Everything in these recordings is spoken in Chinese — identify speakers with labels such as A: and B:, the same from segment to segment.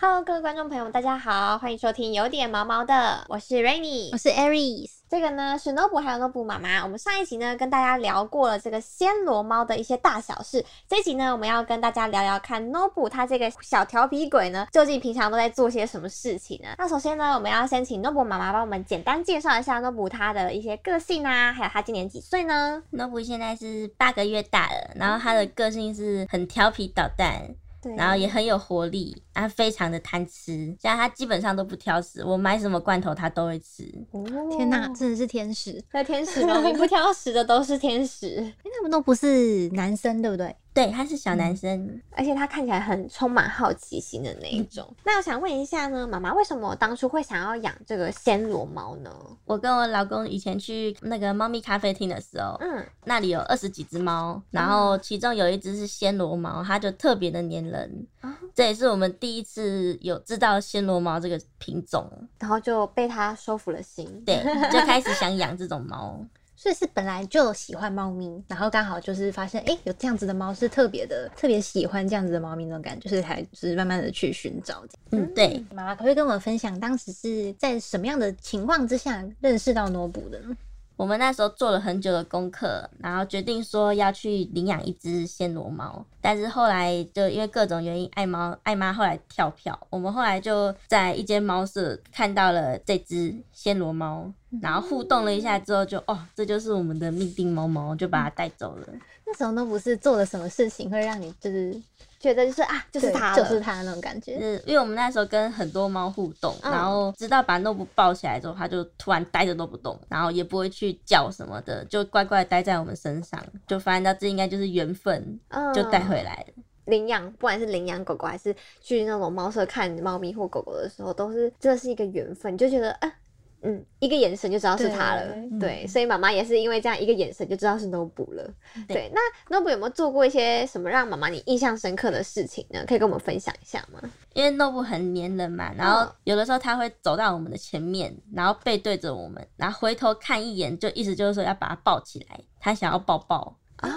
A: Hello，各位观众朋友，大家好，欢迎收听有点毛毛的，我是 Rainy，
B: 我是 Aries，
A: 这个呢是 Nobu 还有 Nobu 妈妈。我们上一集呢跟大家聊过了这个暹罗猫的一些大小事，这一集呢我们要跟大家聊聊看 Nobu 它这个小调皮鬼呢究竟平常都在做些什么事情呢？那首先呢我们要先请 Nobu 妈妈帮我们简单介绍一下 Nobu 它的一些个性啊，还有它今年几岁呢？
B: Nobu 现在是八个月大了，然后他的个性是很调皮捣蛋，
A: 对
B: 然后也很有活力，他非常的贪吃，像他基本上都不挑食，我买什么罐头他都会吃。
A: 哦
C: 天呐，真的是天使！诶
A: 那天使 呢？名不挑食的都是天使，
C: 那们都不是男生，对不对？
B: 对，他是小男生，
A: 而且它看起来很充满好奇心的那一种。那我想问一下呢，妈妈为什么当初会想要养这个暹罗猫呢？
B: 我跟我老公以前去那个猫咪咖啡厅的时候，
A: 嗯，
B: 那里有二十几只猫，然后其中有一只是暹罗猫，它就特别的粘人
A: 啊，
B: 这也是我们第一次有知道暹罗猫这个品种，
A: 然后就被它收服了心。
B: 对，就开始想养这种猫。
C: 所以是本来就喜欢猫咪，然后刚好就是发现，哎、有这样子的猫是特别的，特别喜欢这样子的猫咪那种感觉，所以才就是慢慢的去寻找。
B: 嗯，对，
C: 妈妈可不可以跟我们分享，当时是在什么样的情况之下认识到诺布的呢？
B: 我们那时候做了很久的功课，然后决定说要去领养一只暹罗猫，但是后来就因为各种原因，爱猫爱妈后来跳票，我们后来就在一间猫舍看到了这只暹罗猫，然后互动了一下之后就，哦，这就是我们的命定猫猫，就把它带走了。
C: 那时候诺布是做了什么事情会让你就是
A: 觉得就是啊，就是
C: 对
A: 它了，
C: 就是他那种感觉？
B: 是因为我们那时候跟很多猫互动，
A: 嗯
B: 然后直到把诺布抱起来之后，它就突然呆着都不动，然后也不会去叫什么的，就乖乖地待在我们身上，就发现到这应该就是缘分，
A: 嗯
B: 就带回来了。
A: 领养，不管是领养狗狗还是去那种猫舍看猫咪或狗狗的时候，都是这是一个缘分，你就觉得啊。嗯，一个眼神就知道是它了，对，
C: 对
A: 所以妈妈也是因为这样一个眼神就知道是 Nobu 了，对。那 Nobu 有没有做过一些什么让妈妈你印象深刻的事情呢？可以跟我们分享一下吗？
B: 因为诺布很粘人嘛，然后有的时候它会走到我们的前面，然后背对着我们，然后回头看一眼，就意思就是说要把它抱起来，它想要抱抱，
A: 啊，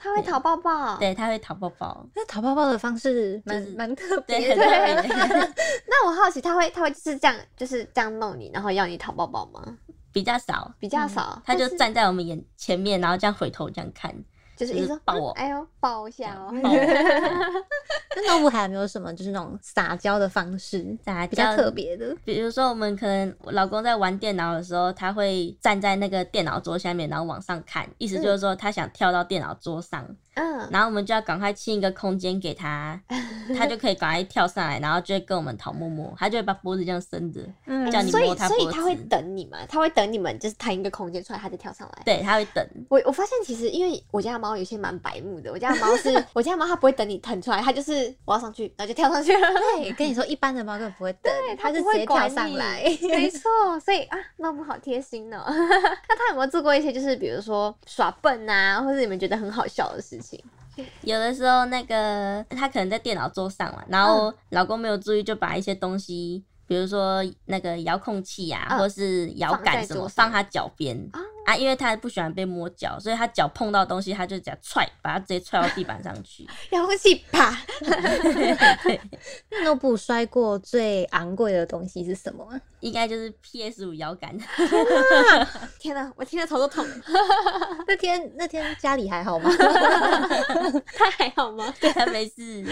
A: 它会讨抱抱，
B: 对，它会讨抱抱，
C: 那讨抱抱的方式蛮
B: 就是
C: 蛮特别
B: 对，
C: 的，
B: 很特别
A: 那我好奇，它会它会就是这样就是这样弄你，然后要你讨抱抱吗？
B: 比较少，
A: 比较少，
B: 嗯它就
A: 但是
B: 站在我们眼前面，然后这样回头这样看，
A: 就是一直说
B: 抱
A: 嗯
B: 我
A: 哎呦抱一下哦，
B: 抱我。
C: 那诺布还有没有什么就是那种撒娇的方式，
B: 撒
C: 比较
B: 娇
C: 特别的？
B: 啊比如说，我们可能我老公在玩电脑的时候，他会站在那个电脑桌下面，然后往上看，意思就是说他想跳到电脑桌上，
A: 嗯，
B: 然后我们就要赶快清一个空间 给他，他就可以赶快跳上来，然后就会跟我们讨摸摸，他就会把脖子这样伸着，
C: 嗯
B: 叫你
A: 所以
B: 摸它
A: 所以
B: 脖
A: 它会
B: 子
A: 等你们，它会等你们，就是腾一个空间出来，它就跳上来。
B: 对，他会等，
A: 我我发现其实因为我家的猫有些蛮白目的，我家的猫 是我家的猫它不会等你腾出来，它就是我要上去，然后就跳 上去了。
C: 对，跟你说，一般的猫根本不会等，它是
A: 不
C: 直
A: 会
C: 接跳
A: 管
C: 上
A: 你
C: 来。
A: 没错，所以啊，那不好贴心呢、 那他有没有做过一些就是比如说耍笨啊，或者你们觉得很好笑的事情？
B: 有的时候那个他可能在电脑桌上嘛，然
A: 嗯
B: 后老公没有注意，就把一些东西，比如说那个遥控器啊，
A: 嗯
B: 或是摇杆什
A: 放在
B: 么，
A: 桌上
B: 放他脚边
A: 啊
B: 啊，因为他不喜欢被摸脚，所以他脚碰到东西，他就这样踹，把他直接踹到地板上 去。
A: 遥控器啪，
C: 那诺布摔过最昂贵的东西是什么啊？
B: 应该就是 PS 五摇杆，
A: 天哪，我听得头都痛。
C: 那天那天家里还好 吗？
A: 他还好 吗？
B: 对，他没事，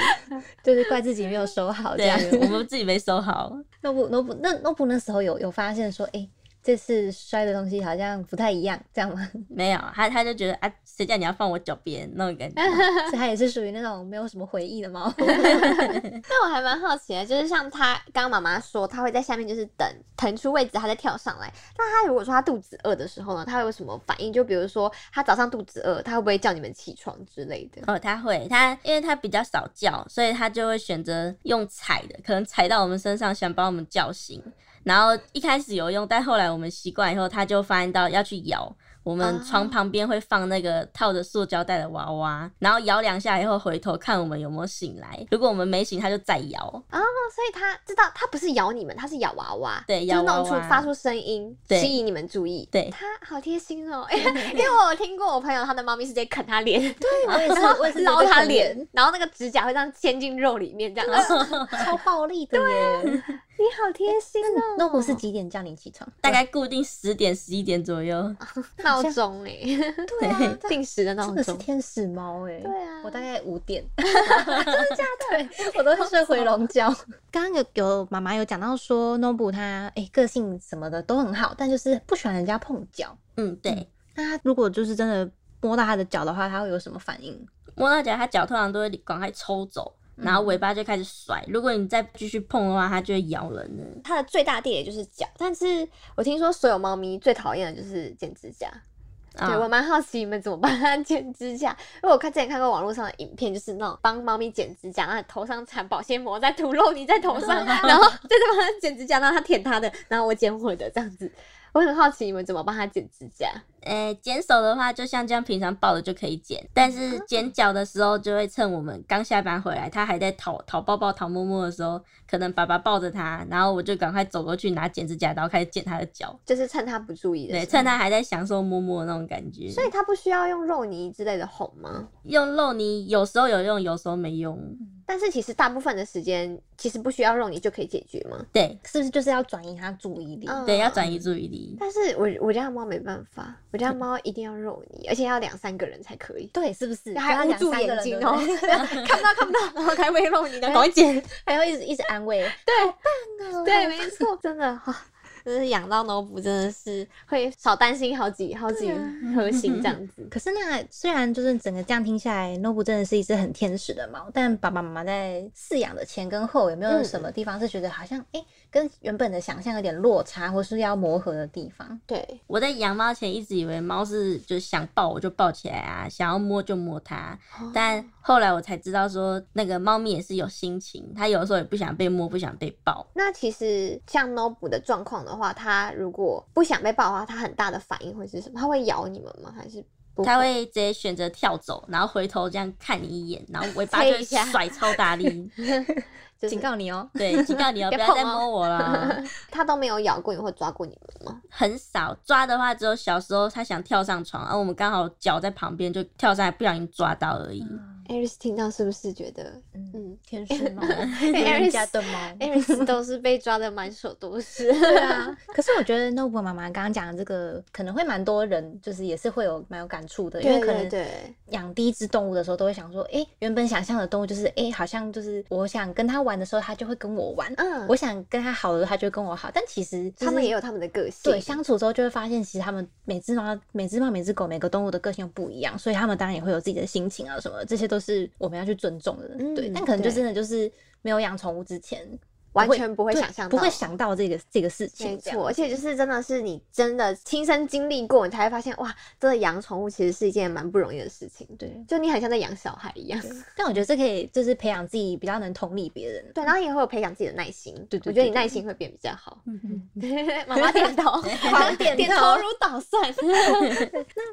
C: 就是怪自己没有收好这
B: 对啊
C: 样。，
B: 我们自己没收好，
C: 诺布诺布那诺布那时候有有发现说，哎、这次摔的东西好像不太一样，这样吗？
B: 没有，他他就觉得啊，谁叫你要放我脚边那种感觉。
C: 所以它也是属于那种没有什么回忆的猫。
A: 但我还蛮好奇的，啊就是像他刚刚妈妈说，他会在下面就是等腾出位置，他再跳上来。那他如果说他肚子饿的时候呢，他会有什么反应？就比如说他早上肚子饿，他会不会叫你们起床之类的？
B: 哦，他会，他因为他比较少叫，所以他就会选择用踩的，可能踩到我们身上，想把我们叫醒。然后一开始有用，但后来我们习惯以后，他就发现到要去咬，我们床旁边会放那个套着塑胶袋的娃娃，然后摇两下以后回头看我们有没有醒来。如果我们没醒，它就再摇。
A: 所以它知道它不是咬你们，它是咬娃娃，就是
B: 对咬
A: 弄
B: 娃
A: 出
B: 娃
A: 发出声音，
B: 对
A: 吸引你们注意。
B: 对
A: 它好贴心 哦，因为因为我有听过我朋友他的猫咪是直接啃它脸， 对
C: 我也是我也是
A: 挠
C: 直接
A: 它
C: 啃
A: 脸
C: 脸，
A: 然后那个指甲会这样嵌进肉里面，这样。呃
C: 超暴力的耶！
A: 你好贴心哦，
C: 那我是几点叫你起床？
B: 大概固定十点、十一点左右。
A: 闹钟哎，
C: 对
B: 啊 对
A: 定时的闹
C: 真的是
A: 钟。
C: 天使猫哎！
A: 对啊
C: 我大概五点， 真的假的？对，我都会睡回笼觉。刚刚有有妈妈有讲到说，Nobu 他哎个性什么的都很好，但就是不喜欢人家碰脚。
B: 嗯，对，
C: 那他如果就是真的摸到他的脚的话，他会有什么反应？
B: 摸到脚，它脚通常都会赶快抽走，
A: 嗯
B: 然后尾巴就开始甩。如果你再继续碰的话，它就会咬人了。
A: 它的最大地雷就是脚，但是我听说所有猫咪最讨厌的就是剪指甲。对我
B: 啊，
A: 蛮好奇你们怎么帮它剪指甲， 因为我看之前看过网络上的影片，就是那种帮猫咪剪指甲，然后头上缠保鲜膜，再涂肉泥在头上，然后再帮它剪指甲，然后它舔它的，然后我剪我的这样子。我很好奇你们怎么帮它剪指甲，
B: 呃，剪手的话，就像这样平常抱着就可以剪，但
A: 嗯
B: 是剪脚的时候，就会趁我们刚下班回来，它还在讨讨抱抱、讨摸摸的时候，可能爸爸抱着它，然后我就赶快走过去拿剪指甲刀开始剪它的脚，
A: 就是趁它不注意的时候。
B: 对，趁它还在享受摸摸的那种感觉。
A: 所以它不需要用肉泥之类的哄吗？
B: 用肉泥有时候有用，有时候没用。
A: 但是其实大部分的时间，其实不需要肉泥就可以解决吗？
B: 对
C: 是不是就是要转移他注意力？
A: 嗯
B: 对，要转移注意力。
A: 但是我我家的猫没办法，我家的猫一定要肉泥，而 且要两三个人才可以。
C: 对，是不是？
A: 嗯还捂住眼睛哦，
C: 对不 对
A: 看不到看不到，然后开胃肉泥的，赶快剪。
C: 还要 一直一直安慰。
A: 对，没错，真的哈。真是养到 n o b 真的是会少担心好几好几核心这样子。
C: 可是那虽然就是整个这样听下来，Nobu 真的是一只很天使的猫，但爸爸妈妈在饲养的前跟后有没有
A: 嗯
C: 什么地方是觉得好像哎、诶跟原本的想象有点落差，或是要磨合的地方？
A: 对，
B: 我在养猫前一直以为猫是就想抱我就抱起来啊，想要摸就摸它，
A: 哦
B: 但后来我才知道说，那个猫咪也是有心情，它有时候也不想被摸，不想被抱。
A: 那其实像 n o b 的状况的话，它如果不想被抱的话，它很大的反应会是什么？它会咬你们吗？还是不
B: 它会直接选择跳走，然后回头这样看你一眼，然后尾巴
A: 推
B: 就
A: 一
B: 会
A: 下
B: 甩超 大力。
A: 就是
C: 警告你哦，
B: 对，警告你哦，
A: 别
B: 不要
A: 碰
B: 再
A: 哦
B: 摸 我了。
A: 它都没有咬过你或抓过你们吗？
B: 很少抓的话，只有小时候它想跳上床，而、我们刚好脚在旁边就跳上来，不小心抓到而已。
A: 艾瑞斯听到是不是觉得，
C: 嗯，
A: 嗯，
C: 天使猫，
A: Aries
C: 人家的猫。
A: 艾瑞斯都是被抓的满手都是。
C: 对啊，可是我觉得 Nobu 妈妈刚刚讲的这个，可能会蛮多人就是也是会有蛮有感触的，因为
A: 对
C: 可能
A: 对对，
C: 养第一只动物的时候，都会想说，诶，原本想象的动物就是，诶，好像就是我想跟它玩的时候，它就会跟我玩；
A: 嗯，
C: 我想跟它好的时候，它就会跟我好。但其实、
A: 他们也
C: 有
A: 有他们的个性。
C: 对相处之后，就会发现，其实他们每只猫、每只猫、每只狗、每个动物的个性又不一样，所以他们当然也会有自己的心情啊什么的，这些都是我们要去尊重的。
A: 嗯
C: 对，但可能就
A: 对
C: 真的就是没有养宠物之前，
A: 完
C: 不
A: 全不会
C: 对
A: 想象
C: 不
A: 到
C: 会想到这个这个事情。
A: 没
C: 这样
A: 错，而且就是真的是你真的亲身经历过，你才会发现哇，真的养宠物其实是一件蛮不容易的事情，
C: 对。
A: 就你很像在养小孩一样。
C: 但我觉得这可以就是培养自己比较能同理别人。
A: 对，然后也会有培养自己的耐心。
C: 对
A: 我觉得
C: 对对
A: 你
C: 对
A: 耐心会变比较好。
B: 嗯
A: 妈妈点头，
C: 狂点头
A: 点头如捣蒜。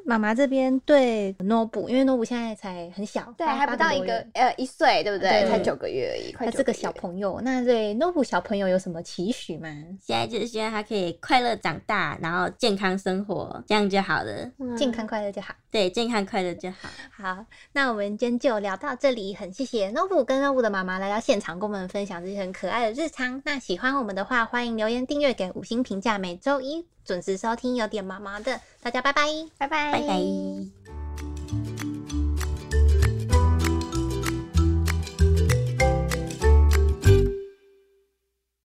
C: 妈妈这边对 Nobu，因为 Nobu 现在才很小，
A: 对，
C: 八
A: 还不到一，个
C: 八个多月
A: 呃一岁，对不对？
C: 对
A: 才九个月而已，快
C: 他
A: 九
C: 是个
A: 月
C: 小朋友。那对 Nobu 小朋友有什么期许吗？
B: 现在就是希望它可以快乐长大，然后健康生活，这样就好了。
A: 嗯
C: 健康快乐就好。
B: 对，健康快乐就好。
C: 好，那我们今天就聊到这里，很谢谢 Nobu 跟 Nobu 的妈妈来到现场，跟我们分享这些很可爱的日常。那喜欢我们的话，欢迎留言、订阅、给五星评价。每周一准时收听，有点毛毛的，大家拜拜。
A: 拜拜
B: 拜拜。